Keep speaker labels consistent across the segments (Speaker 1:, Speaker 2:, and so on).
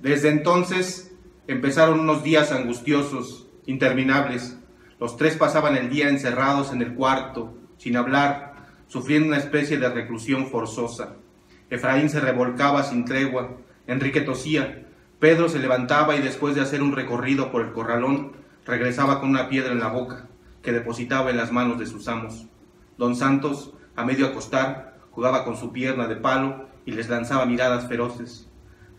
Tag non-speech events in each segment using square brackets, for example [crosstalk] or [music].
Speaker 1: Desde entonces empezaron unos días angustiosos, interminables. Los tres pasaban el día encerrados en el cuarto, sin hablar, sufriendo una especie de reclusión forzosa. Efraín se revolcaba sin tregua, Enrique tosía, Pedro se levantaba y después de hacer un recorrido por el corralón, regresaba con una piedra en la boca, que depositaba en las manos de sus amos. Don Santos, a medio acostar, jugaba con su pierna de palo y les lanzaba miradas feroces.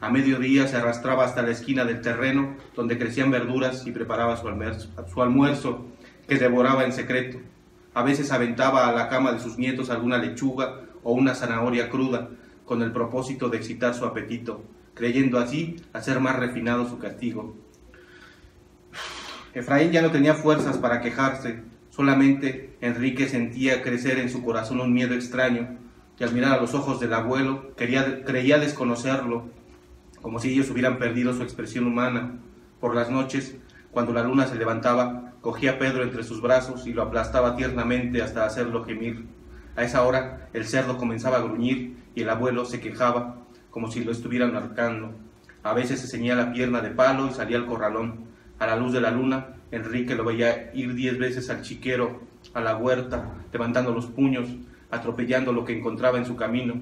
Speaker 1: A mediodía se arrastraba hasta la esquina del terreno donde crecían verduras y preparaba su almuerzo, su almuerzo, que devoraba en secreto. A veces aventaba a la cama de sus nietos alguna lechuga o una zanahoria cruda con el propósito de excitar su apetito, creyendo así hacer más refinado su castigo. Efraín ya no tenía fuerzas para quejarse, solamente Enrique sentía crecer en su corazón un miedo extraño y al mirar a los ojos del abuelo quería, creía desconocerlo como si ellos hubieran perdido su expresión humana. Por las noches, cuando la luna se levantaba, cogía a Pedro entre sus brazos y lo aplastaba tiernamente hasta hacerlo gemir. A esa hora el cerdo comenzaba a gruñir y el abuelo se quejaba, como si lo estuvieran arcando. A veces se ceñía la pierna de palo y salía al corralón. A la luz de la luna, Enrique lo veía ir diez veces al chiquero, a la huerta, levantando los puños, atropellando lo que encontraba en su camino.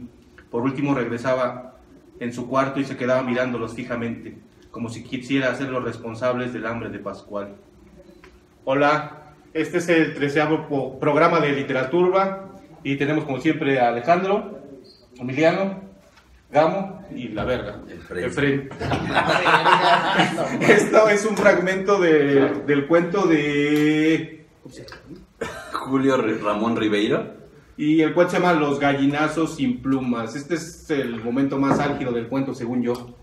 Speaker 1: Por último regresaba en su cuarto y se quedaba mirándolos fijamente, como si quisiera hacerlos responsables del hambre de Pascual. Hola, este es el treceavo programa de Literaturba y tenemos como siempre a Alejandro, Emiliano, Gamo y la verga.
Speaker 2: Efraín.
Speaker 1: Efraín. Esto es un fragmento de- del cuento de...
Speaker 2: Julio Re- Ramón Ribeiro.
Speaker 1: Y el cuento se llama Los gallinazos sin plumas. Este es el momento más álgido del cuento, según yo.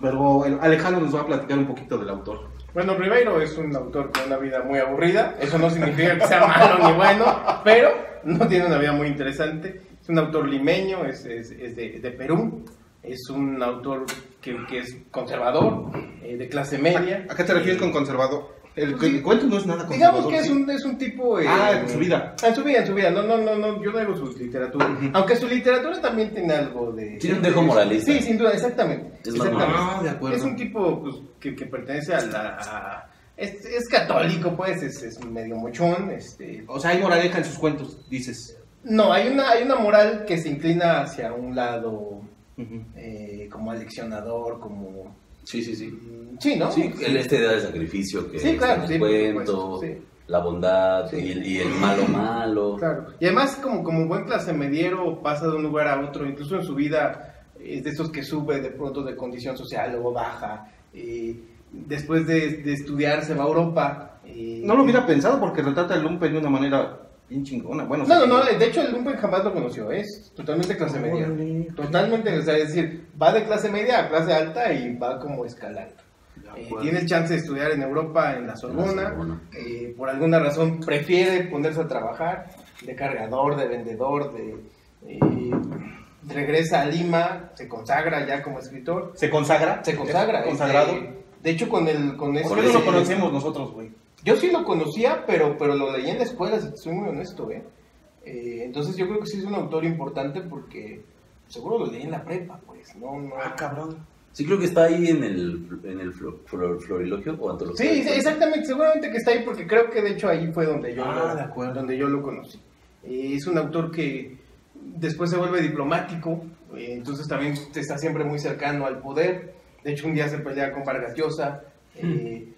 Speaker 1: Pero el- Alejandro nos va a platicar un poquito del autor.
Speaker 3: Bueno, Ribeiro es un autor con una vida muy aburrida. Eso no significa que sea malo ni bueno, pero no tiene una vida muy interesante. Es un autor limeño, es, es- es de, de Perú. Es un autor que, que es conservador, eh, de clase media.
Speaker 1: ¿A qué te refieres con conservador? El, el cuento no es nada
Speaker 3: Digamos
Speaker 1: conservador.
Speaker 3: que es
Speaker 1: sí.
Speaker 3: un, es un tipo... eh,
Speaker 1: Ah, en su vida.
Speaker 3: En su vida, en su vida. No, no, no, no yo no digo su literatura. Aunque su literatura también tiene algo de...
Speaker 2: Tiene un dejo moralista.
Speaker 3: Sí, sin duda, exactamente.
Speaker 2: Es más
Speaker 3: Exactamente.
Speaker 1: Ah, de acuerdo.
Speaker 3: Es un tipo pues, que, que pertenece a la... a- es, es católico, pues, es, es medio mochón. Este...
Speaker 1: O sea, hay moraleja en sus cuentos, dices.
Speaker 3: No, hay una, hay una moral que se inclina hacia un lado
Speaker 1: Ujú.
Speaker 3: eh, como aleccionador, como...
Speaker 2: Sí, sí, sí.
Speaker 3: mm, Sí, ¿no?
Speaker 2: Sí, el- esta idea del sacrificio que
Speaker 3: Sí,
Speaker 2: está
Speaker 3: claro,
Speaker 2: en el
Speaker 3: sí, por
Speaker 2: cuento,
Speaker 3: supuesto, sí.
Speaker 2: la bondad
Speaker 3: Sí.
Speaker 2: y, el, y el malo malo.
Speaker 3: Claro. Y además, como, como buen clase mediero, pasa de un lugar a otro, incluso en su vida es de esos que sube de pronto de condición social, luego baja. eh, después de, de estudiar, se va a Europa. eh,
Speaker 1: No lo hubiera pensado porque retrata el lumpen de una manera bien chingona. Bueno,
Speaker 3: No, no,
Speaker 1: sí.
Speaker 3: no, de hecho el Lumpen jamás lo conoció, es totalmente clase media.
Speaker 1: Órale.
Speaker 3: Totalmente, o sea, es decir, va de clase media a clase alta y va como escalando.
Speaker 1: De
Speaker 3: Eh,
Speaker 1: acuerdo.
Speaker 3: tiene el chance de estudiar en Europa, en la
Speaker 2: En la
Speaker 3: Sorbona.
Speaker 2: Sorbona.
Speaker 3: eh, por alguna razón prefiere ponerse a trabajar de cargador, de vendedor, de... eh, regresa a Lima, se consagra ya como escritor.
Speaker 2: pues.
Speaker 1: ¿Se consagra?
Speaker 3: Se consagra.
Speaker 1: ¿Es
Speaker 3: este,
Speaker 1: consagrado?
Speaker 3: de hecho, con el... Con
Speaker 1: ¿Por
Speaker 3: ese-
Speaker 1: qué no lo conocemos nosotros, güey?
Speaker 3: yo sí lo conocía, pero, pero lo leí en la escuela, si te soy muy honesto, ¿eh? Eh, Entonces yo creo que sí es un autor importante porque seguro lo leí en la prepa, pues, no, no.
Speaker 1: Ah, cabrón.
Speaker 2: Sí, creo que está ahí en el, en el flo- flor- florilogio o antología.
Speaker 3: Sí, sí, exactamente, seguramente que está ahí porque creo que de hecho ahí fue donde yo,
Speaker 1: Ah,
Speaker 3: lo,
Speaker 1: de acuerdo.
Speaker 3: Donde yo lo conocí. Eh, es un autor que después se vuelve diplomático, eh, entonces también está siempre muy cercano al poder. De hecho, un día se pelea con Vargas Llosa. eh,
Speaker 1: Hmm.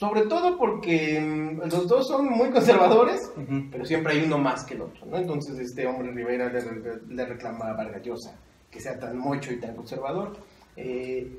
Speaker 3: Sobre todo porque mm, los dos son muy conservadores,
Speaker 1: Ujú.
Speaker 3: pero siempre hay uno más que el otro, ¿no? Entonces este hombre Rivera le, re- le reclama a Vargas Llosa que sea tan mocho y tan conservador. Eh,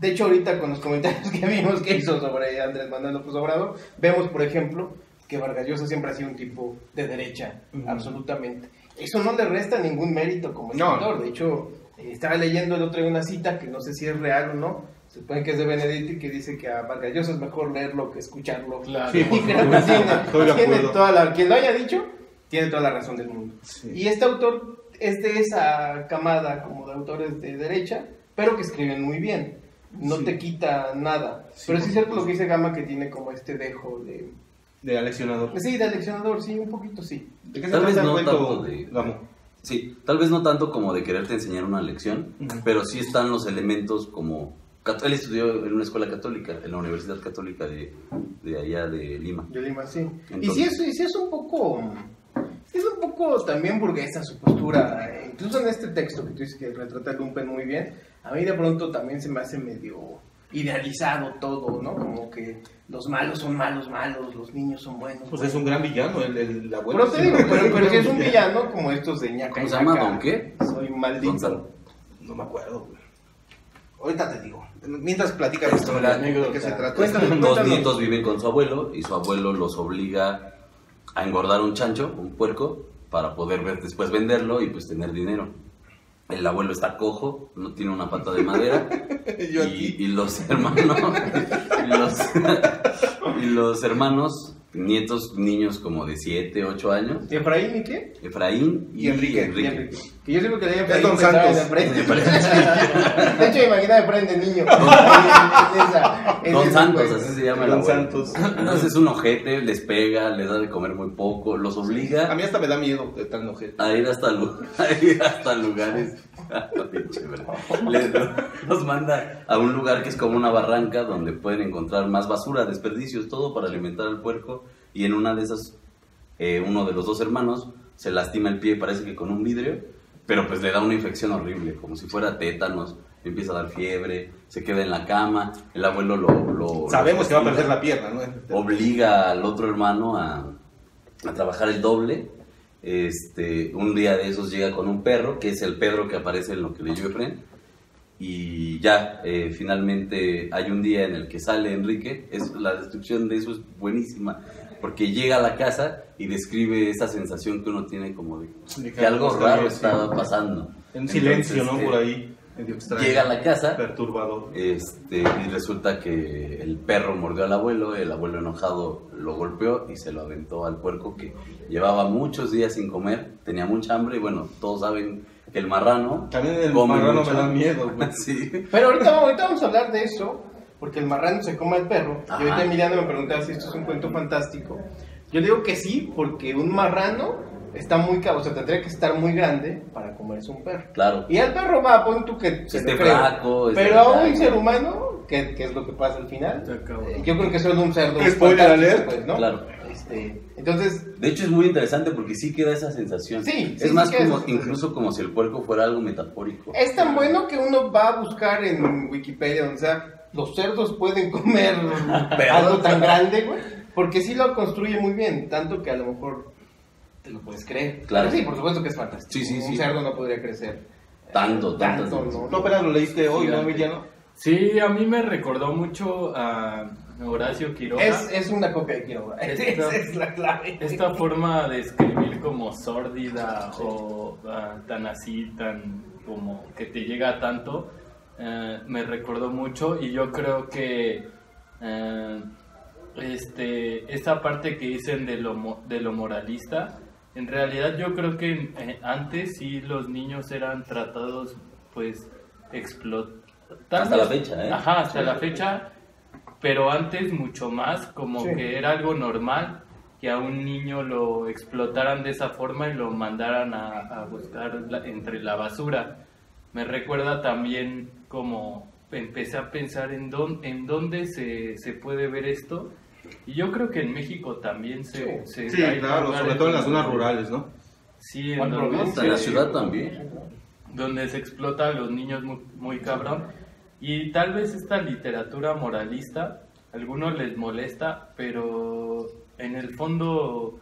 Speaker 3: de hecho, ahorita con los comentarios [laughs] que vimos que hizo sobre Andrés Manuel López Obrador, vemos, por ejemplo, que Vargas Llosa siempre ha sido un tipo de derecha,
Speaker 1: Ujú.
Speaker 3: absolutamente. Eso no le resta ningún mérito como
Speaker 1: No.
Speaker 3: escritor. De hecho, eh, estaba leyendo el otro día una cita que no sé si es real o no. Se supone que es de Benedetti que dice que a Vargas Llosa es mejor leerlo que escucharlo.
Speaker 1: Sí,
Speaker 3: Sí,
Speaker 1: por
Speaker 3: creo que
Speaker 1: supuesto. Estoy de
Speaker 3: tiene, tiene
Speaker 1: acuerdo.
Speaker 3: toda la, quien lo haya dicho, tiene toda la razón del mundo.
Speaker 1: Sí.
Speaker 3: Y este autor es de esa camada como de autores de derecha, pero que escriben muy bien. No
Speaker 1: Sí.
Speaker 3: te quita nada.
Speaker 1: Sí,
Speaker 3: pero sí
Speaker 1: por
Speaker 3: es cierto lo que dice Gama que tiene como este dejo de... pues
Speaker 1: De aleccionador.
Speaker 3: Sí, de leccionador, sí, un poquito sí.
Speaker 1: ¿De qué se
Speaker 2: Tal vez
Speaker 1: trata el
Speaker 2: no
Speaker 1: cuento,
Speaker 2: tanto de-
Speaker 1: Gamo?
Speaker 2: Sí, tal vez no tanto como de quererte enseñar una lección,
Speaker 1: Ujú.
Speaker 2: pero sí están los elementos como Cat- Él estudió en una escuela católica, en la Universidad Católica de, de allá de Lima.
Speaker 3: Yo Lima, sí. y
Speaker 2: Entonces-
Speaker 3: si es, y sí es un poco. Es un poco también burguesa su postura. eh, Incluso en este texto que tú dices que retrata el Lumpen muy bien, a mí de pronto también se me hace medio idealizado todo, ¿no? Como que los malos son malos, malos, los niños son buenos.
Speaker 1: Pues es un gran villano, el, el abuelo.
Speaker 3: Pero te digo, pero, pero que
Speaker 1: [laughs]
Speaker 3: es un villano como estos de ñaca.
Speaker 2: ¿Cómo
Speaker 3: y
Speaker 2: se llama?
Speaker 3: Ñaca.
Speaker 2: ¿Don qué?
Speaker 3: Soy maldito.
Speaker 2: Gonzalo.
Speaker 1: No me acuerdo, güey. Ahorita te digo. Mientras platica
Speaker 2: Esto,
Speaker 1: la
Speaker 2: la
Speaker 1: anécdota. ¿De qué se
Speaker 3: anécdota.
Speaker 1: trata?
Speaker 3: Cuéntame.
Speaker 2: Dos nietos viven con su abuelo y su abuelo los obliga a engordar un chancho, un puerco, para poder ver- después venderlo y pues tener dinero. El abuelo está cojo, no tiene una pata de madera
Speaker 1: [laughs] [laughs] Yo aquí.
Speaker 2: y, y los hermanos y los, y los hermanos, nietos, niños como de 7, 8 años,
Speaker 3: ¿Efraín y qué?
Speaker 2: Efraín y,
Speaker 1: Y Enrique, y
Speaker 3: Y Enrique. Que yo siempre que leía Efraín
Speaker 1: don
Speaker 3: pensaba
Speaker 1: Santos.
Speaker 3: en
Speaker 2: [laughs]
Speaker 3: Efraín. De hecho, imagina Efraín de niño. En esa- en
Speaker 2: Don
Speaker 3: ese
Speaker 2: Santos,
Speaker 3: juego.
Speaker 2: así se llama el
Speaker 1: Don
Speaker 2: abuelo.
Speaker 1: Santos.
Speaker 2: Entonces es un ojete, les pega, les da de comer muy poco, los obliga
Speaker 1: A mí hasta me da miedo de tan ojete.
Speaker 2: a ir hasta, lu- [laughs] a ir hasta lugares. Ah, [laughs] Pinche, ¿verdad? Les- los manda a un lugar que es como una barranca donde pueden encontrar más basura, desperdicios, todo para alimentar al puerco. Y en una de esas, eh, uno de los dos hermanos se lastima el pie, parece que con un vidrio, pero pues le da una infección horrible, como si fuera tétanos. Empieza a dar fiebre, se queda en la cama. El abuelo lo. lo-
Speaker 1: Sabemos
Speaker 2: lo
Speaker 1: que va a
Speaker 2: castiga
Speaker 1: perder la pierna, ¿no?
Speaker 2: obliga al otro hermano a, a trabajar el doble. Este, un día de esos llega con un perro, que es el Pedro que aparece en lo que leyó Efren. Y ya, eh, finalmente hay un día en el que sale Enrique. Es, la destrucción de eso es buenísima, porque llega a la casa y describe esa sensación que uno tiene como de
Speaker 1: De
Speaker 2: que algo
Speaker 1: está
Speaker 2: raro
Speaker 1: bien, sí.
Speaker 2: estaba pasando.
Speaker 1: En silencio,
Speaker 2: Entonces,
Speaker 1: ¿no?
Speaker 2: eh,
Speaker 1: Por ahí. medio extraño.
Speaker 2: Llega a la casa
Speaker 1: Perturbador.
Speaker 2: este, y resulta que el perro mordió al abuelo, el abuelo enojado lo golpeó y se lo aventó al puerco que llevaba muchos días sin comer, tenía mucha hambre y bueno, todos saben que el marrano...
Speaker 1: También el
Speaker 2: come
Speaker 1: marrano
Speaker 2: mucho.
Speaker 1: me da
Speaker 2: [laughs]
Speaker 1: miedo, güey.
Speaker 2: sí.
Speaker 3: Pero ahorita, ahorita vamos a hablar de eso, porque el marrano se come al perro.
Speaker 2: Ajá.
Speaker 3: Y ahorita Emiliano me preguntaba si esto es un cuento fantástico. Yo digo que sí, porque un marrano está muy caro, o sea, tendría que estar muy grande para comerse un perro.
Speaker 2: Claro.
Speaker 3: Y al perro va, pon tú que se
Speaker 2: Este
Speaker 3: lo creo.
Speaker 2: flaco, este
Speaker 3: Pero a un
Speaker 2: flaco.
Speaker 3: ser humano, que, que es lo que pasa al final,
Speaker 1: Se acabó.
Speaker 3: eh, yo creo que solo un cerdo.
Speaker 1: Spoiler
Speaker 3: fantástico,
Speaker 1: alert.
Speaker 3: pues, ¿no?
Speaker 2: Claro.
Speaker 3: Este, entonces,
Speaker 2: De hecho es muy interesante porque sí queda esa sensación.
Speaker 3: Sí, sí,
Speaker 2: es
Speaker 3: sí
Speaker 2: más
Speaker 3: queda
Speaker 2: como
Speaker 3: esa sensación. Eh,
Speaker 2: incluso como si el puerco fuera algo metafórico.
Speaker 3: es tan bueno que uno va a buscar en Wikipedia, o sea, los cerdos pueden comer
Speaker 2: [laughs]
Speaker 3: algo tan grande, güey. Porque sí lo construye muy bien, tanto que a lo mejor te lo puedes creer.
Speaker 2: Claro.
Speaker 3: Pero sí, por supuesto que es fantástico.
Speaker 2: Sí, sí,
Speaker 3: un
Speaker 2: sí.
Speaker 3: cerdo no podría crecer. eh,
Speaker 2: Tanto, tanto, tanto.
Speaker 3: ¿no?
Speaker 1: Tú apenas lo leíste hoy, ¿no,
Speaker 4: Gigante.
Speaker 1: Emiliano?
Speaker 4: Sí, a mí me recordó mucho a Horacio Quiroga.
Speaker 3: Es, es una copia de Quiroga. [laughs] Esa es la clave.
Speaker 4: Esta forma de escribir como sórdida o ah, tan así, tan como que te llega a tanto, eh, me recordó mucho y yo creo que eh, este, esa parte que dicen de lo, mo- de lo moralista, en realidad yo creo que eh, antes sí los niños eran tratados pues explotados.
Speaker 2: Hasta la fecha, ¿eh?
Speaker 4: Ajá, hasta la fecha, pero antes mucho más, como
Speaker 3: Sí.
Speaker 4: que era algo normal que a un niño lo explotaran de esa forma y lo mandaran a, a buscar la- entre la basura. Me recuerda también como empecé a pensar en, dón- en dónde se, se puede ver esto. Y yo creo que en México también se... se-
Speaker 1: Sí,
Speaker 4: hay
Speaker 1: claro,
Speaker 4: lugares
Speaker 1: sobre todo en las
Speaker 4: donde-
Speaker 1: zonas rurales, ¿no?
Speaker 4: Sí, en
Speaker 3: Bueno,
Speaker 4: donde
Speaker 3: ¿no?
Speaker 2: Hasta en la ciudad también.
Speaker 4: donde se explota a los niños muy, muy cabrón. Y tal vez esta literatura moralista, a algunos les molesta, pero en el fondo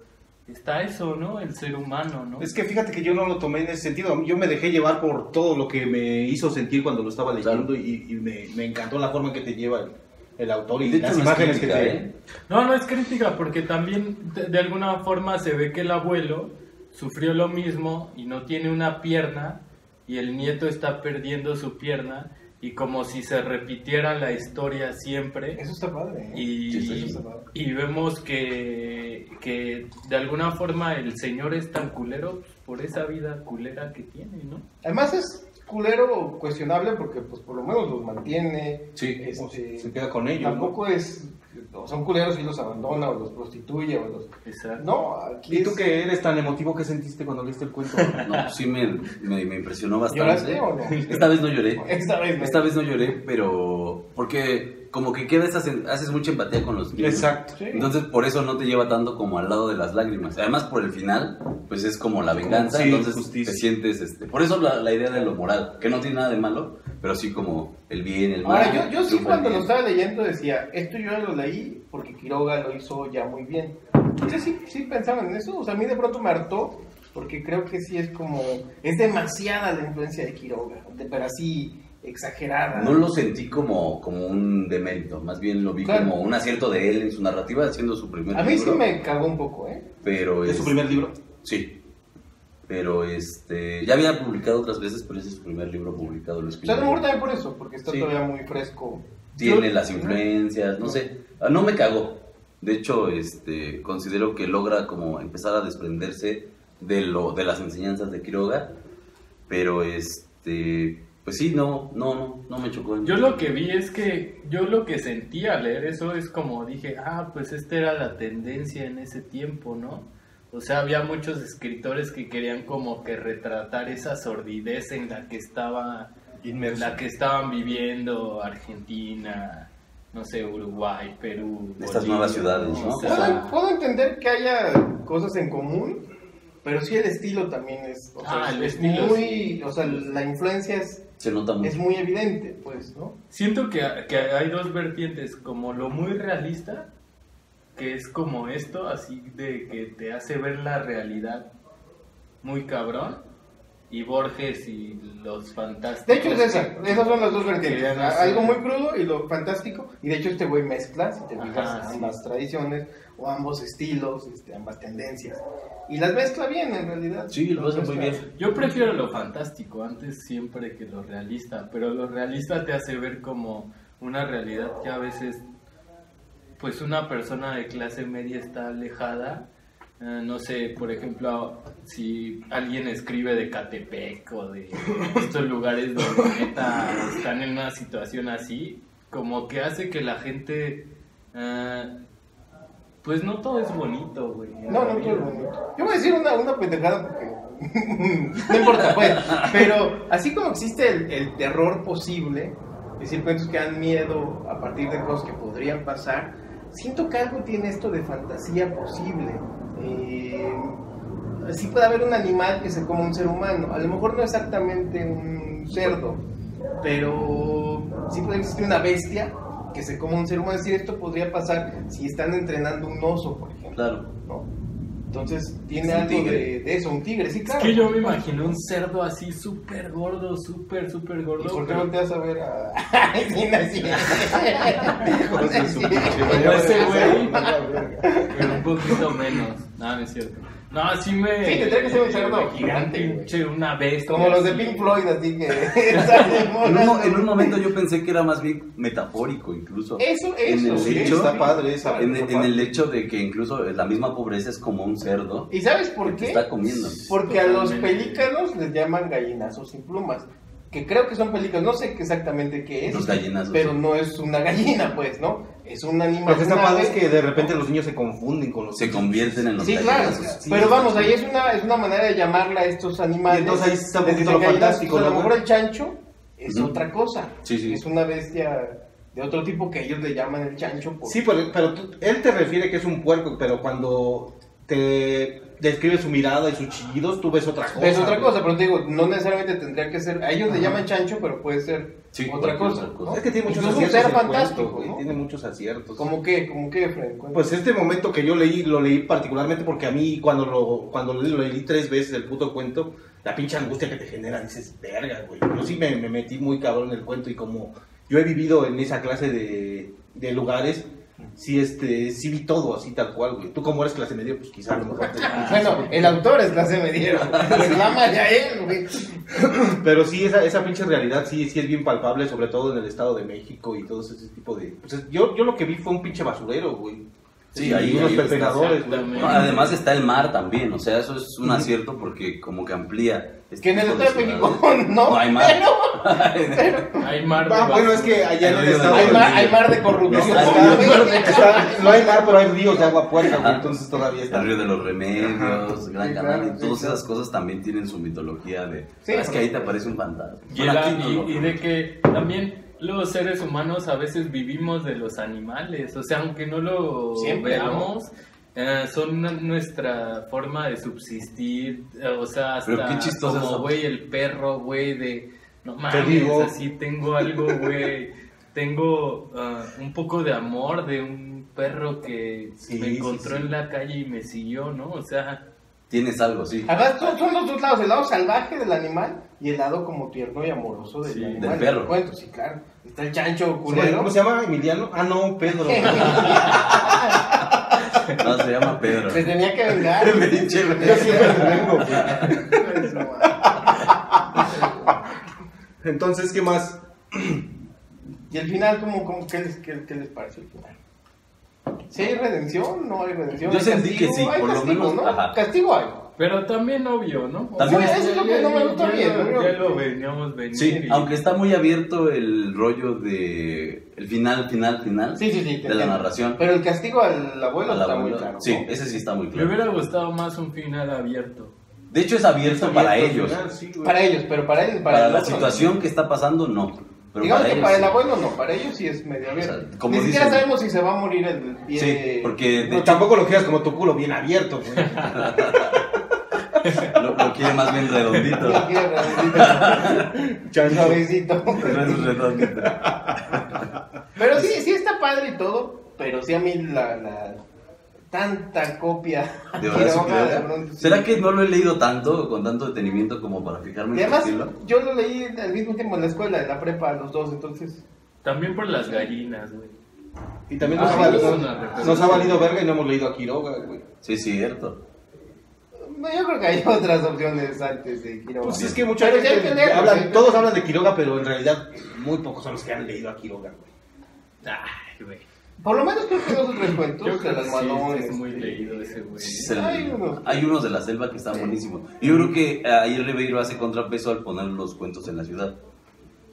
Speaker 4: está eso, ¿no? El ser humano, ¿no?
Speaker 1: Es que fíjate que yo no lo tomé en ese sentido. Yo me dejé llevar por todo lo que me hizo sentir cuando lo estaba leyendo y, y me, me encantó la forma en que te lleva el, el autor y
Speaker 2: De hecho,
Speaker 1: las
Speaker 2: no es
Speaker 1: imágenes que
Speaker 2: crítica,
Speaker 1: te.
Speaker 2: ¿eh?
Speaker 4: No, no es crítica, porque también de, de alguna forma se ve que el abuelo sufrió lo mismo y no tiene una pierna y el nieto está perdiendo su pierna y como si se repitiera la historia siempre.
Speaker 3: Eso está padre. ¿eh?
Speaker 4: Y,
Speaker 2: Sí, sí,
Speaker 3: sí.
Speaker 4: y vemos que, que de alguna forma el señor es tan culero por esa vida culera que tiene, ¿no?
Speaker 3: Además es culero cuestionable porque pues por lo menos los mantiene.
Speaker 2: Sí,
Speaker 3: este,
Speaker 1: Se queda con ellos. ¿no?
Speaker 3: tampoco es o son culeros y los abandona o los prostituye o los
Speaker 4: Exacto.
Speaker 3: no, aquí
Speaker 1: ¿Y tú
Speaker 3: es-
Speaker 1: que eres tan emotivo que sentiste
Speaker 3: [laughs]
Speaker 2: ¿eh?
Speaker 1: cuando leíste el cuento?
Speaker 2: No, sí me, me- me impresionó bastante.
Speaker 3: ¿Lloraste o no?
Speaker 2: Esta vez no lloré.
Speaker 3: [laughs] Esta vez no.
Speaker 2: Esta vez no lloré, pero. Porque como que queda esa sen- haces mucha empatía con los niños.
Speaker 1: Exacto.
Speaker 3: Sí.
Speaker 2: Entonces por eso no te lleva tanto como al lado de las lágrimas. Además por el final, pues es como la venganza,
Speaker 1: Sí,
Speaker 2: entonces
Speaker 1: justicia.
Speaker 2: te sientes este. Por eso la, la idea de lo moral, que no tiene nada de malo, pero sí como el bien, el mal.
Speaker 3: Ahora, yo, yo sí
Speaker 2: triunfa el
Speaker 3: cuando lo
Speaker 2: bien.
Speaker 3: estaba leyendo decía, esto yo lo leí porque Quiroga lo hizo ya muy bien. Entonces sí, sí pensaban en eso, o sea, a mí de pronto me hartó porque creo que sí es como, es demasiada la influencia de Quiroga, de- pero así exagerada.
Speaker 2: No lo sentí como, como un demérito, más bien lo vi
Speaker 3: Claro.
Speaker 2: como un acierto de él en su narrativa, haciendo su primer
Speaker 3: a mí sí
Speaker 2: libro,
Speaker 3: me cagó un poco, ¿eh?
Speaker 2: Pero
Speaker 1: ¿Es su
Speaker 2: es-
Speaker 1: primer libro?
Speaker 2: Sí. Pero este. Ya había publicado otras veces, pero ese es su primer libro publicado. Lo
Speaker 3: O
Speaker 2: escribió.
Speaker 3: sea, a lo mejor también por eso, porque está
Speaker 2: Sí.
Speaker 3: todavía muy fresco.
Speaker 2: Tiene
Speaker 3: Yo-
Speaker 2: las influencias, no sé. Ah, No me cagó. De hecho, este, considero que logra como empezar a desprenderse de lo, de las enseñanzas de Quiroga. Pero este. Pues sí, no, no, no, no me chocó.
Speaker 4: Yo lo que vi es que yo lo que sentí al leer eso es como dije, ah, pues esta era la tendencia en ese tiempo, ¿no? O sea, había muchos escritores que querían como que retratar esa sordidez en la que estaba, en
Speaker 1: Inmerso.
Speaker 4: la que estaban viviendo Argentina, no sé, Uruguay, Perú,
Speaker 2: Estas
Speaker 4: Bolivia,
Speaker 2: nuevas ciudades, ¿no?
Speaker 4: O sea,
Speaker 3: Puedo, puedo entender que haya cosas en común, pero sí el estilo también es, o sea,
Speaker 4: Ah, el
Speaker 3: es
Speaker 4: estilo
Speaker 3: muy,
Speaker 4: sí.
Speaker 3: o sea, la influencia es,
Speaker 2: Se nota mucho.
Speaker 3: es muy evidente, pues, ¿no?
Speaker 4: Siento que, que hay dos vertientes, como lo muy realista, que es como esto, así de que te hace ver la realidad muy cabrón, y Borges y los fantásticos.
Speaker 3: De hecho es esa,
Speaker 4: que-
Speaker 3: esas son las dos vertientes.
Speaker 4: Querían hacer-
Speaker 3: Algo muy crudo y lo fantástico. Y de hecho este güey mezcla, si te
Speaker 4: Ajá,
Speaker 3: fijas,
Speaker 4: sí.
Speaker 3: ambas tradiciones o ambos estilos, este, ambas tendencias. Y las mezcla bien en realidad.
Speaker 2: [laughs] Sí, lo
Speaker 3: Las
Speaker 2: hace muy
Speaker 3: mezcla.
Speaker 2: bien.
Speaker 4: Yo prefiero lo fantástico antes siempre que lo realista, pero lo realista te hace ver como una realidad que a veces, pues una persona de clase media está alejada. Eh, no sé, por ejemplo, si alguien escribe de Catepec o de estos lugares donde neta están en una situación así, como que hace que la gente, eh, pues no todo es bonito, güey. en
Speaker 3: No,
Speaker 4: la
Speaker 3: no,
Speaker 4: vida.
Speaker 3: todo bonito. Yo voy a decir una, una pendejada porque [laughs] no importa, pues. Pero así como existe el, el terror posible, es decir, cuentos que dan miedo a partir de cosas que podrían pasar, siento que algo tiene esto de fantasía posible. Eh, sí puede haber un animal que se coma un ser humano, a lo mejor no exactamente un cerdo, pero sí puede existir una bestia que se coma un ser humano. Es decir, esto podría pasar si están entrenando un oso, por ejemplo.
Speaker 2: Claro.
Speaker 3: ¿no? Entonces tiene
Speaker 1: Es un
Speaker 3: algo
Speaker 1: tigre.
Speaker 3: de, de eso, un tigre, sí,
Speaker 4: Es
Speaker 3: claro.
Speaker 4: que yo me imagino un cerdo así súper gordo, súper, súper
Speaker 3: ¿Y
Speaker 4: gordo.
Speaker 3: por qué
Speaker 4: pero-
Speaker 3: no te vas a ver a... Ay, sí, no, sí. No,
Speaker 1: [laughs]
Speaker 3: sí.
Speaker 1: Pues,
Speaker 4: No,
Speaker 1: este
Speaker 4: ese güey,
Speaker 5: güey.
Speaker 4: [laughs] pero un poquito menos. No, no es cierto. No, sí me.
Speaker 3: Sí, tendría que ser un cerdo
Speaker 4: me imagino
Speaker 3: gigante,
Speaker 4: un
Speaker 3: güey.
Speaker 4: pinche, una bestia.
Speaker 3: Como los de
Speaker 4: así.
Speaker 3: Pink Floyd, así que... [laughs] salen
Speaker 2: En un, mo- en un
Speaker 3: volando.
Speaker 2: momento yo pensé que era más bien metafórico, incluso.
Speaker 3: Eso,
Speaker 2: en
Speaker 3: eso.
Speaker 2: el
Speaker 3: sí,
Speaker 2: hecho-
Speaker 3: está padre.
Speaker 1: esa.
Speaker 2: En, en el hecho de que incluso la misma pobreza es como un cerdo
Speaker 3: ¿Y sabes por
Speaker 2: que te
Speaker 3: qué?
Speaker 2: está comiendo.
Speaker 3: Porque a los
Speaker 4: Totalmente.
Speaker 3: pelícanos les llaman gallinazos sin plumas. Que creo que son pelícanos, no sé qué exactamente qué es.
Speaker 2: Los gallinazos.
Speaker 3: Pero no es una gallina, pues, ¿no? Es un animal.
Speaker 1: Lo que está
Speaker 3: una
Speaker 1: padre es
Speaker 3: ave-
Speaker 1: que de repente los niños se confunden con los
Speaker 2: Se convierten en los
Speaker 3: Sí, claro.
Speaker 2: gallinazos.
Speaker 1: Sí,
Speaker 3: pero
Speaker 1: sí,
Speaker 3: vamos,
Speaker 1: sí.
Speaker 3: ahí es una, es una manera de llamarla a estos animales.
Speaker 1: Y entonces ahí está un
Speaker 3: Les
Speaker 1: poquito
Speaker 3: dicen
Speaker 1: lo
Speaker 3: gallinas,
Speaker 1: fantástico,
Speaker 3: o sea, a lo
Speaker 1: ¿no,
Speaker 3: mejor
Speaker 1: güey?
Speaker 3: el chancho es
Speaker 2: Ujú.
Speaker 3: otra cosa.
Speaker 2: Sí, sí.
Speaker 3: Es una bestia de otro tipo que ellos le llaman el chancho. por-
Speaker 1: Sí, pero, pero tú- él te refiere que es un puerco, pero cuando te describe su mirada y sus chillidos, tú ves otra cosa.
Speaker 3: es otra
Speaker 2: pues.
Speaker 1: güey.
Speaker 3: cosa, pero te digo, no necesariamente tendría que ser. A ellos le llaman chancho, pero puede ser
Speaker 2: Sí,
Speaker 3: otra
Speaker 2: cualquier
Speaker 3: cosa.
Speaker 2: otra cosa.
Speaker 3: ¿no?
Speaker 1: Es que tiene muchos
Speaker 3: Incluso un
Speaker 1: aciertos.
Speaker 3: ser
Speaker 1: el cuento,
Speaker 3: fantástico,
Speaker 1: güey,
Speaker 3: ¿no?
Speaker 1: Tiene muchos aciertos.
Speaker 3: ¿Cómo qué? ¿Cómo qué, Fred? Cuéntame.
Speaker 1: Pues este momento que yo leí, lo leí particularmente porque a mí cuando lo, cuando lo leí tres veces el puto cuento, la pinche angustia que te genera, dices, verga, güey. Yo sí me, me metí muy cabrón en el cuento y como yo he vivido en esa clase de, de lugares, sí, este, sí vi todo así tal cual, güey. Tú como eres clase media, pues quizás a lo mejor te-
Speaker 2: ah,
Speaker 3: Bueno, el autor es clase mediero. Pues llámale a él,
Speaker 2: [laughs]
Speaker 3: güey.
Speaker 1: Pero sí, esa, esa pinche realidad sí, sí es bien palpable, sobre todo en el Estado de México y todo ese tipo de... pues, es- yo, yo lo que vi fue un pinche basurero, güey.
Speaker 2: Sí,
Speaker 1: y
Speaker 2: ahí-
Speaker 1: unos
Speaker 2: ahí está,
Speaker 1: pepenadores, güey.
Speaker 4: exactamente.
Speaker 2: No, además está el mar también, o sea, eso es un acierto porque como que amplía. este
Speaker 3: Que en el
Speaker 2: tipo
Speaker 3: Estado de
Speaker 2: de
Speaker 3: México
Speaker 2: ciudades.
Speaker 3: no,
Speaker 2: hay
Speaker 3: [laughs]
Speaker 2: mar.
Speaker 4: Hay mar de
Speaker 1: Ah, bueno, es que
Speaker 4: basura.
Speaker 1: allá en
Speaker 2: El
Speaker 1: el
Speaker 2: río de
Speaker 1: estado.
Speaker 2: la
Speaker 3: Hay mar, hay mar de
Speaker 1: No,
Speaker 3: corrupción.
Speaker 2: hay
Speaker 1: está- está- no hay mar, pero hay ríos de agua puerca, güey, entonces todavía está.
Speaker 2: El río de los remedios, Gran
Speaker 3: Sí,
Speaker 2: Canal,
Speaker 3: claro,
Speaker 2: y
Speaker 3: sí,
Speaker 2: todas
Speaker 3: claro.
Speaker 2: esas cosas también tienen su mitología de.
Speaker 3: Sí,
Speaker 2: "Ah, es que
Speaker 3: porque-
Speaker 2: ahí te aparece un fantasma.
Speaker 4: Y,
Speaker 2: Bueno,
Speaker 4: la-
Speaker 2: aquí no,
Speaker 4: y-
Speaker 2: no,
Speaker 4: y
Speaker 2: no.
Speaker 4: de que también los seres humanos a veces vivimos de los animales, o sea, aunque no lo
Speaker 3: Siempre, ¿no?
Speaker 4: veamos, eh, son na- nuestra forma de subsistir, eh, o sea, hasta
Speaker 2: Pero qué chistoso
Speaker 4: como,
Speaker 2: eso.
Speaker 4: güey, el perro, güey, de, no mames,
Speaker 1: digo.
Speaker 4: así tengo algo, güey, tengo ah, un poco de amor de un perro que
Speaker 1: Sí,
Speaker 4: me
Speaker 1: sí,
Speaker 4: encontró
Speaker 1: sí.
Speaker 4: en la calle y me siguió, ¿no? O sea,
Speaker 2: Tienes algo,
Speaker 3: [laughs]
Speaker 2: sí.
Speaker 3: Además, son, son los dos lados, el lado salvaje del animal y el lado como tierno y amoroso del
Speaker 4: Sí, del
Speaker 3: animal.
Speaker 2: perro.
Speaker 3: Del cuento, sí, claro. Está el chancho culero. [laughs]
Speaker 1: ¿Cómo se llama? ¿Emiliano? Ah, no,
Speaker 2: [laughs]
Speaker 1: Pedro.
Speaker 2: No, se llama Pedro.
Speaker 3: Se tenía que
Speaker 2: [laughs]
Speaker 3: vengar.
Speaker 2: Pinche, güey.
Speaker 1: Yo siempre me vengo, güey.
Speaker 3: Pues, no mames.
Speaker 1: Entonces, ¿qué más?
Speaker 3: y el final, ¿cómo, cómo, qué, les, qué, qué les parece el final? ¿Si hay redención? ¿No hay redención?
Speaker 2: Yo
Speaker 3: ¿Hay
Speaker 2: sentí
Speaker 3: castigo?
Speaker 2: que sí,
Speaker 3: Hay
Speaker 2: por lo
Speaker 3: castigo,
Speaker 2: menos,
Speaker 3: ¿no?
Speaker 2: ajá.
Speaker 3: Castigo hay.
Speaker 4: pero también obvio, ¿no? O
Speaker 2: También
Speaker 4: sea,
Speaker 3: es- es lo que no me gusta
Speaker 4: ya
Speaker 3: bien,
Speaker 4: lo-
Speaker 3: ¿no?
Speaker 4: Ya lo veníamos venir.
Speaker 2: Sí,
Speaker 4: y-
Speaker 2: aunque está muy abierto el rollo de. El final, final, final.
Speaker 3: Sí, sí, sí. te
Speaker 2: De la
Speaker 3: entiendo.
Speaker 2: narración.
Speaker 3: Pero el castigo al abuelo
Speaker 2: a la
Speaker 3: está muy
Speaker 2: abuela.
Speaker 3: claro.
Speaker 2: Sí,
Speaker 3: ¿no?
Speaker 2: ese sí está muy
Speaker 4: Me
Speaker 2: claro.
Speaker 4: hubiera gustado más un final abierto.
Speaker 2: De hecho, es abierto para ellos.
Speaker 3: Para ellos, pero para ellos, para,
Speaker 2: Para
Speaker 3: el
Speaker 2: la
Speaker 3: otro, ¿no?
Speaker 2: situación que está pasando, no. Pero
Speaker 3: Digamos
Speaker 2: para
Speaker 3: que
Speaker 2: ellos.
Speaker 3: para el
Speaker 2: sí.
Speaker 3: abuelo no, para ellos sí es medio abierto.
Speaker 2: O sea, como
Speaker 3: Ni siquiera
Speaker 2: dicen-
Speaker 3: sabemos si se va a morir el pie.
Speaker 2: Sí, porque de
Speaker 1: No, tampoco lo quieras como tu culo bien abierto,
Speaker 2: [laughs]
Speaker 1: güey.
Speaker 2: hecho, lo, lo quiere más bien
Speaker 3: [laughs]
Speaker 2: redondito.
Speaker 3: Ni siquiera
Speaker 2: [laughs]
Speaker 3: redondito. Suavecito.
Speaker 2: No es redondito.
Speaker 3: Pero sí, sí está padre y todo, pero sí a mí la, la tanta copia.
Speaker 2: De verdad, sí
Speaker 3: Quiroga,
Speaker 2: creo.
Speaker 3: de pronto, sí.
Speaker 2: ¿Será que no lo he leído tanto, con tanto detenimiento como para fijarme
Speaker 3: Y
Speaker 2: en el
Speaker 3: además,
Speaker 2: estilo?
Speaker 3: yo lo leí al mismo tiempo en la escuela, en la prepa, los dos, entonces.
Speaker 4: También por las gallinas, güey.
Speaker 1: Y también nos,
Speaker 4: Ah,
Speaker 1: ha
Speaker 4: sí,
Speaker 1: valido,
Speaker 4: es una referencia.
Speaker 1: nos ha valido verga y no hemos leído a Quiroga, güey.
Speaker 2: Sí, cierto.
Speaker 3: no, Yo creo que hay otras opciones antes de Quiroga.
Speaker 1: Pues es que mucha
Speaker 3: Pero sí hay
Speaker 1: gente
Speaker 3: que leerlo,
Speaker 1: habla-
Speaker 3: sí hay que
Speaker 1: todos
Speaker 3: leerlo.
Speaker 1: hablan de Quiroga, pero en realidad muy pocos son los que han leído a Quiroga, güey.
Speaker 4: Ay, güey.
Speaker 3: Por lo menos creo que dos o tres cuentos.
Speaker 4: Yo creo que
Speaker 3: las
Speaker 4: sí,
Speaker 3: mandó,
Speaker 4: es muy
Speaker 3: este,
Speaker 4: leído ese güey.
Speaker 2: Sí, se-
Speaker 3: Hay unos.
Speaker 2: hay unos de la selva que están
Speaker 3: Sí.
Speaker 2: buenísimos. Y Yo creo que eh, ahí Ribeiro hace contrapeso al poner los cuentos en la ciudad.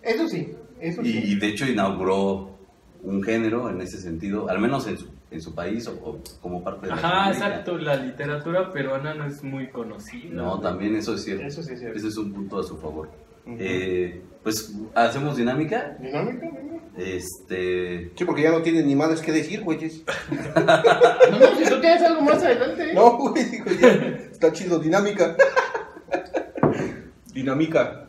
Speaker 3: Eso sí, eso sí.
Speaker 2: Y, y de hecho inauguró un género en ese sentido, al menos en su, en su país o, o como parte de
Speaker 4: Ajá,
Speaker 2: Latinoamérica.
Speaker 4: exacto. La literatura peruana no es muy conocida.
Speaker 2: No,
Speaker 4: güey.
Speaker 2: también eso es cierto.
Speaker 3: Eso sí es cierto.
Speaker 2: Ese es un punto a su favor.
Speaker 3: Ujú.
Speaker 2: Eh, pues hacemos dinámica.
Speaker 3: Dinámica, ¿no?
Speaker 2: Este,
Speaker 1: Sí, porque ya no tienen ni madres que decir, güeyes.
Speaker 3: No, no, si tú tienes algo más
Speaker 1: [laughs]
Speaker 3: adelante.
Speaker 1: No, güey, digo, ya. Está chido, dinámica. [laughs] Dinámica.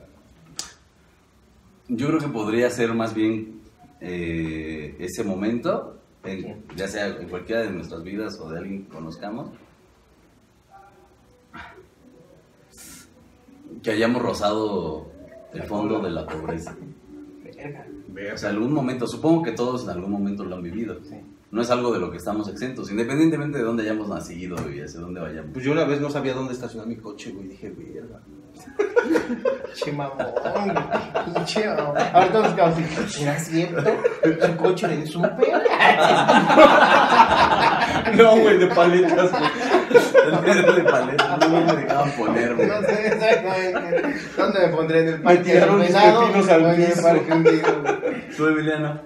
Speaker 2: yo creo que podría ser más bien eh, ese momento, en- ya sea en cualquiera de nuestras vidas o de alguien que conozcamos, que hayamos rozado el fondo de la pobreza.
Speaker 3: Verga.
Speaker 2: O sea, algún momento, supongo que todos en algún momento lo han vivido.
Speaker 3: Sí.
Speaker 2: No es algo de lo que estamos exentos, independientemente de dónde hayamos nacido y hacia dónde
Speaker 3: [laughs]
Speaker 2: vayamos. [laughs]
Speaker 1: Pues yo una vez no sabía dónde estacionar mi coche, güey. Dije, verga.
Speaker 3: Pinche mamón, güey, pinche mamón. Ahorita nos quedamos así, ¿será cierto? ¿El coche del súper?
Speaker 1: [laughs] No, güey, de paletas, güey.
Speaker 2: El dedo de paleta, no me dejaban ponerme.
Speaker 3: No sé exactamente dónde me pondré en el parque.
Speaker 1: Me tiraron mis
Speaker 3: Venado,
Speaker 1: pepinos al
Speaker 3: o en el
Speaker 1: piso.
Speaker 3: parque hundido, güey.
Speaker 2: Tú, Emiliano.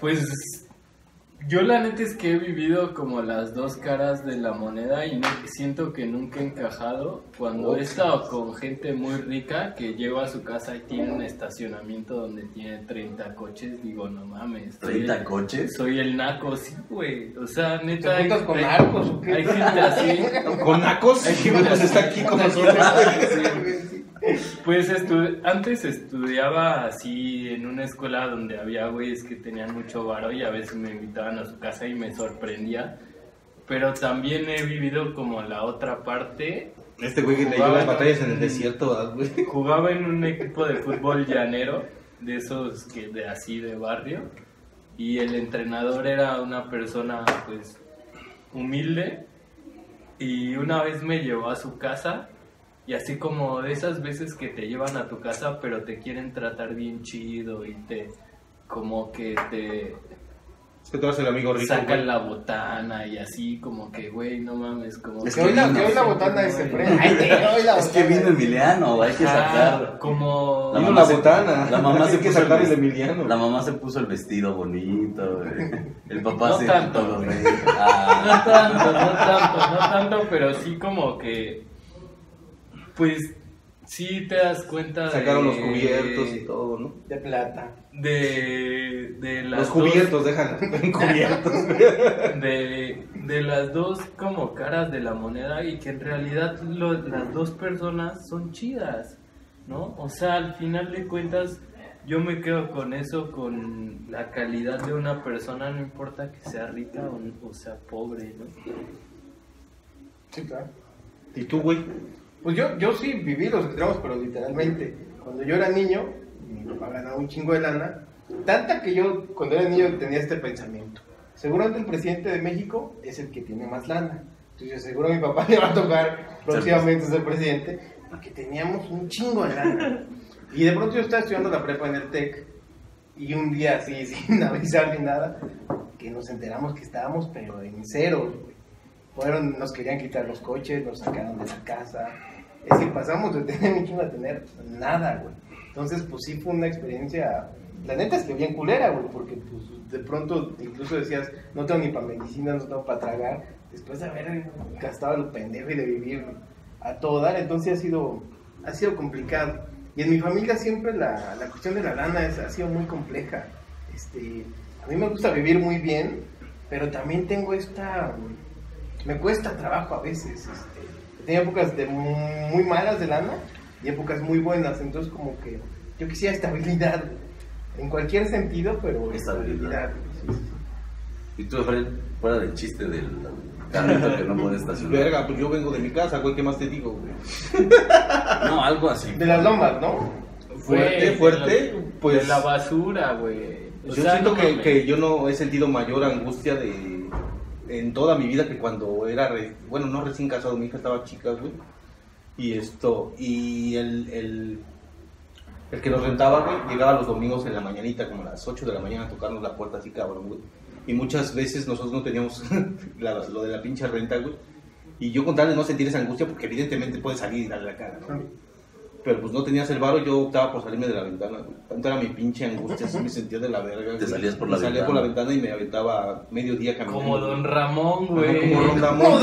Speaker 4: Pues yo la neta es que he vivido como las dos caras de la moneda y no- siento que nunca he encajado cuando he estado con gente muy rica que llego a su casa y tiene un estacionamiento donde tiene 30 coches, digo, no mames. soy el-
Speaker 2: ¿30 coches?
Speaker 4: Soy el naco, sí, güey. O sea, neta.
Speaker 3: ¿Te juntas con narcos o qué?
Speaker 4: hay gente así.
Speaker 3: [laughs]
Speaker 1: Con nacos. Pues está aquí [laughs] con nosotros.
Speaker 4: Pues estu- antes estudiaba así en una escuela donde había güeyes que tenían mucho varo y a veces me invitaban a su casa y me sorprendía. Pero también he vivido como la otra parte.
Speaker 1: Este güey que le lleva las batallas en el desierto, ¿verdad, güey.
Speaker 4: Jugaba en un equipo de fútbol llanero, de esos que de así de barrio. Y el entrenador era una persona pues humilde. Y una vez me llevó a su casa. Y así como de esas veces que te llevan a tu casa, pero te quieren tratar bien chido y te. como que te.
Speaker 1: Es que tú eres el amigo rico.
Speaker 4: sacan
Speaker 1: güey.
Speaker 4: la botana y así, como que, güey, no mames, como
Speaker 2: Es
Speaker 3: Que hoy la, que hoy la
Speaker 4: no,
Speaker 3: botana
Speaker 4: no,
Speaker 3: es
Speaker 4: no,
Speaker 3: frena. Ay, que hoy la
Speaker 2: Es que
Speaker 3: botana
Speaker 2: vino
Speaker 3: es-
Speaker 2: Emiliano, hay que
Speaker 4: Ajá,
Speaker 2: sacar.
Speaker 4: como...
Speaker 2: La
Speaker 1: Vino
Speaker 2: mamá
Speaker 1: la
Speaker 2: se-
Speaker 1: botana.
Speaker 2: la mamá
Speaker 1: Hay
Speaker 2: se
Speaker 1: que
Speaker 2: puso
Speaker 1: sacar
Speaker 2: el-
Speaker 1: el Emiliano.
Speaker 2: La mamá se puso el vestido bonito, güey. El papá
Speaker 4: No
Speaker 2: se
Speaker 4: tanto.
Speaker 2: quitó los reyes.
Speaker 4: No
Speaker 2: Ah,
Speaker 4: tanto, no tanto, no tanto, pero sí como que... Pues sí te das cuenta de-
Speaker 1: Sacaron los cubiertos y todo, ¿no?
Speaker 3: De plata.
Speaker 4: De, de las
Speaker 1: Los
Speaker 4: dos-
Speaker 1: cubiertos, [laughs] déjala. Encubiertos.
Speaker 4: de, de las dos como caras de la moneda y que en realidad lo- las dos personas son chidas, ¿no? O sea, al final de cuentas yo me quedo con eso, con la calidad de una persona, no importa que sea rica o, o sea pobre, ¿no?
Speaker 3: Sí, claro.
Speaker 1: ¿Y tú, güey?
Speaker 3: Pues yo, yo sí viví los extremos, pero literalmente. Cuando yo era niño, mi papá ganaba un chingo de lana. Tanta que yo, cuando era niño, tenía este pensamiento. Seguramente el presidente de México es el que tiene más lana. Entonces, seguro a mi papá [laughs] le va a tocar próximamente ser presidente, porque teníamos un chingo de lana. Y de pronto yo estaba estudiando la prepa en el TEC, y un día así, [laughs] sin avisar ni nada, que nos enteramos que estábamos, pero en cero, güey. Fueron, nos querían quitar los coches, nos sacaron de la casa. Es que pasamos de tener mucho a tener nada, güey. Entonces, pues sí fue una experiencia, la neta es que bien culera, güey, porque pues de pronto incluso decías, no tengo ni para medicina, no tengo para tragar, después de haber gastado lo pendejo y de vivir a todo dar, entonces ha sido, ha sido complicado. Y en mi familia siempre la, la cuestión de la lana es, ha sido muy compleja. Este, a mí me gusta vivir muy bien, pero también tengo esta... mm, me cuesta trabajo a veces. Este, he tenido épocas de mu- muy malas de lana y épocas muy buenas. Entonces, como que yo quisiera estabilidad en cualquier sentido, pero
Speaker 2: Estabilidad.
Speaker 3: estabilidad. sí, sí,
Speaker 2: y tú, Efraín, fuera del chiste del carrito que no puede estacionar.
Speaker 1: Verga, pues yo vengo de mi casa, güey. ¿Qué más te digo, güey?
Speaker 2: [laughs] No, algo así.
Speaker 3: sí. De las lomas, ¿no?
Speaker 1: Fuerte,
Speaker 4: Güey,
Speaker 1: fuerte,
Speaker 4: de la-
Speaker 1: pues-
Speaker 4: De la basura, güey. O
Speaker 1: Yo
Speaker 4: sea,
Speaker 1: siento
Speaker 4: no
Speaker 1: que,
Speaker 4: mames.
Speaker 1: que yo no he sentido mayor angustia de en toda mi vida que cuando era, re- bueno, no recién casado, mi hija estaba chica, güey. Y esto, y el, el, el que nos rentaba, güey, llegaba los domingos en la mañanita, como a las 8 de la mañana, a tocarnos la puerta así, cabrón, güey. Y muchas veces nosotros no teníamos [laughs] la- lo de la pinche renta, güey. Y yo con tal de no sentir esa angustia, porque evidentemente puedes salir y darle la cara, ¿no? Pero pues no tenías el varo, yo optaba por salirme de la ventana, güey. Tanto era mi pinche angustia, así me sentía de la verga.
Speaker 2: Te
Speaker 1: güey.
Speaker 2: salías por
Speaker 1: Me
Speaker 2: la
Speaker 1: salía
Speaker 2: ventana.
Speaker 1: por la ventana y me aventaba medio día caminando.
Speaker 4: Como Don Ramón,
Speaker 1: Ajá,
Speaker 4: güey.
Speaker 1: Como Don Ramón.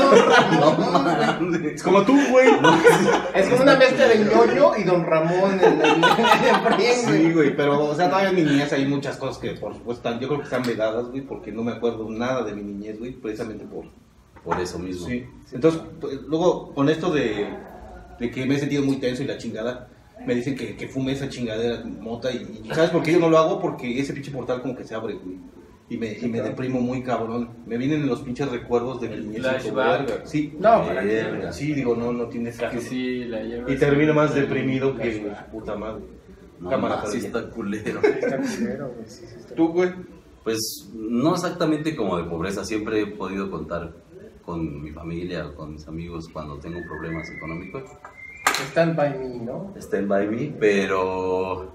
Speaker 1: [laughs] Es como tú, güey.
Speaker 3: Es como una mezcla de ñoño y Don Ramón en el, en el
Speaker 1: [laughs] Sí, güey, pero, o sea, todavía en mi niñez hay muchas cosas que, por supuesto, están- yo creo que están vedadas, güey, porque no me acuerdo nada de mi niñez, güey, precisamente por,
Speaker 2: Por eso mismo.
Speaker 1: Sí. Entonces, pues, luego, con esto de, de que me he sentido muy tenso y la chingada, me dicen que, que fume esa chingadera mota y, y ¿sabes por qué yo no lo hago? Porque ese pinche portal como que se abre, güey. Y me, y me deprimo muy cabrón. Me vienen los pinches recuerdos de mi
Speaker 4: El
Speaker 1: niñez.
Speaker 4: flashback.
Speaker 1: verga. Sí.
Speaker 3: No, para que-
Speaker 2: Verga.
Speaker 1: Sí, digo, no, no tienes
Speaker 4: Que
Speaker 1: caso.
Speaker 4: sí, la llevas.
Speaker 1: Y termino más deprimido que
Speaker 4: Flashback.
Speaker 1: puta madre.
Speaker 2: No,
Speaker 1: Cámara,
Speaker 2: ma, sí
Speaker 1: todavía.
Speaker 2: está culero.
Speaker 3: Está culero, güey, sí, sí, está-
Speaker 1: ¿Tú, güey?
Speaker 2: Pues no exactamente como de pobreza, siempre he podido contar con mi familia o con mis amigos cuando tengo problemas económicos.
Speaker 3: Stand by me, ¿no?
Speaker 2: Stand by me, pero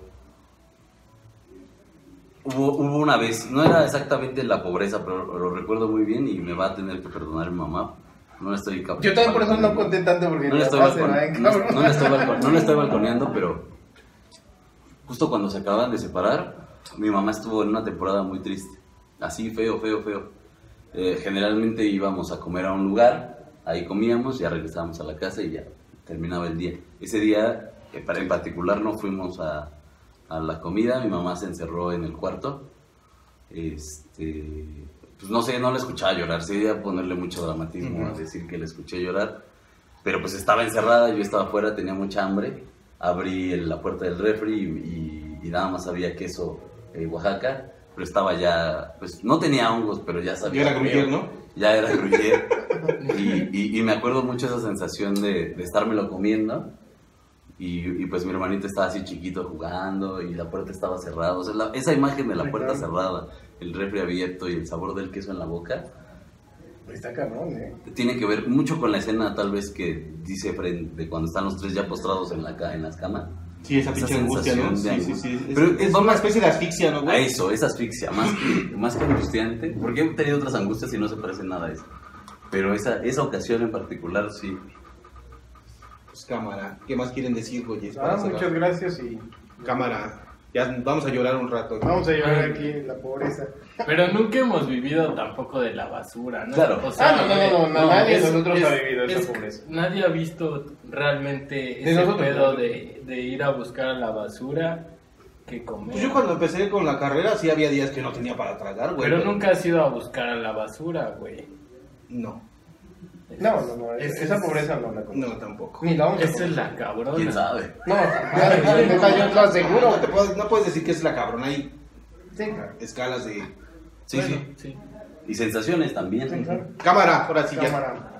Speaker 2: hubo, hubo una vez, no era exactamente la pobreza, pero lo recuerdo muy bien y me va a tener que perdonar mi mamá. No la estoy capaz.
Speaker 3: Yo también por eso no conté tanto porque
Speaker 2: No
Speaker 3: mi
Speaker 2: le estoy,
Speaker 3: papá se va
Speaker 2: balcon-
Speaker 3: en
Speaker 2: no,
Speaker 3: cabrón.
Speaker 2: no le estoy balcon- no le estoy balconeando, pero justo cuando se acaban de separar, mi mamá estuvo en una temporada muy triste. Así, feo, feo, feo. Eh, generalmente íbamos a comer a un lugar, ahí comíamos, ya regresábamos a la casa y ya terminaba el día. Ese día, eh, para en particular, no fuimos a, a la comida, mi mamá se encerró en el cuarto. Este, pues no sé, no la escuchaba llorar, sí, a ponerle mucho dramatismo, a decir que la escuché llorar. Pero pues estaba encerrada, yo estaba afuera, tenía mucha hambre. Abrí el- la puerta del refri y, y- y nada más había queso eh, Oaxaca, pero estaba ya, pues no tenía hongos, pero ya
Speaker 1: Yo
Speaker 2: sabía.
Speaker 1: era
Speaker 2: feo.
Speaker 1: gruyer, ¿no?
Speaker 2: Ya era gruyer. y, y- y me acuerdo mucho esa sensación de, de estármelo comiendo. Y, y, pues mi hermanito estaba así chiquito jugando y la puerta estaba cerrada. O sea, la- esa imagen de la puerta cerrada, el refri abierto y el sabor del queso en la boca,
Speaker 3: Está cabrón, ¿eh?
Speaker 2: tiene que ver mucho con la escena tal vez que dice Fred de cuando están los tres ya postrados en la ca- en las camas
Speaker 1: Sí, esa pinche angustia, ¿no? Sí,
Speaker 2: sensación de
Speaker 1: sí, sí. Es,
Speaker 2: Pero
Speaker 1: es
Speaker 2: es-
Speaker 1: una especie de asfixia, ¿no,
Speaker 2: A
Speaker 1: güey?
Speaker 2: eso, es asfixia, más que, más que angustiante, porque he tenido otras angustias y no se parece nada a eso. Pero esa, esa ocasión en particular, sí.
Speaker 1: Pues cámara. ¿Qué más quieren decir,
Speaker 2: Pues
Speaker 1: güey?
Speaker 3: Ah,
Speaker 1: Para
Speaker 3: muchas
Speaker 1: cerrar.
Speaker 3: gracias y
Speaker 1: Cámara. Ya vamos a llorar un rato.
Speaker 3: vamos a llevar aquí la pobreza.
Speaker 4: Pero nunca hemos vivido tampoco de la basura, ¿no? eh,
Speaker 2: Claro.
Speaker 3: Ah, no, no, no, no, nadie de nosotros ha vivido esa
Speaker 4: es-
Speaker 3: pobreza.
Speaker 4: Nadie ha visto realmente
Speaker 3: De
Speaker 4: ese
Speaker 3: nosotros,
Speaker 4: pedo
Speaker 3: ¿no?
Speaker 4: de, de ir a buscar a la basura que comer.
Speaker 1: Pues yo cuando empecé con la carrera sí había días que no tenía para tragar, güey.
Speaker 4: Pero nunca has ido a buscar a la basura, güey.
Speaker 1: No,
Speaker 3: No, no, no,
Speaker 4: Esa
Speaker 3: esa
Speaker 4: es-
Speaker 3: pobreza no la conozco.
Speaker 1: no tampoco.
Speaker 3: Ni la vamos a
Speaker 4: Esa es la
Speaker 2: ¿Quién
Speaker 4: cabrona.
Speaker 2: sabe?
Speaker 3: No, madre,
Speaker 2: [laughs]
Speaker 3: yo, neta, yo te lo aseguro.
Speaker 1: No, te puedo- no puedes decir que es la cabrona. Hay
Speaker 3: Sí, claro.
Speaker 1: escalas de...
Speaker 2: Sí,
Speaker 4: Bueno,
Speaker 2: sí. Y sensaciones también.
Speaker 1: Cámara, ahora sí ya.
Speaker 3: Cámara.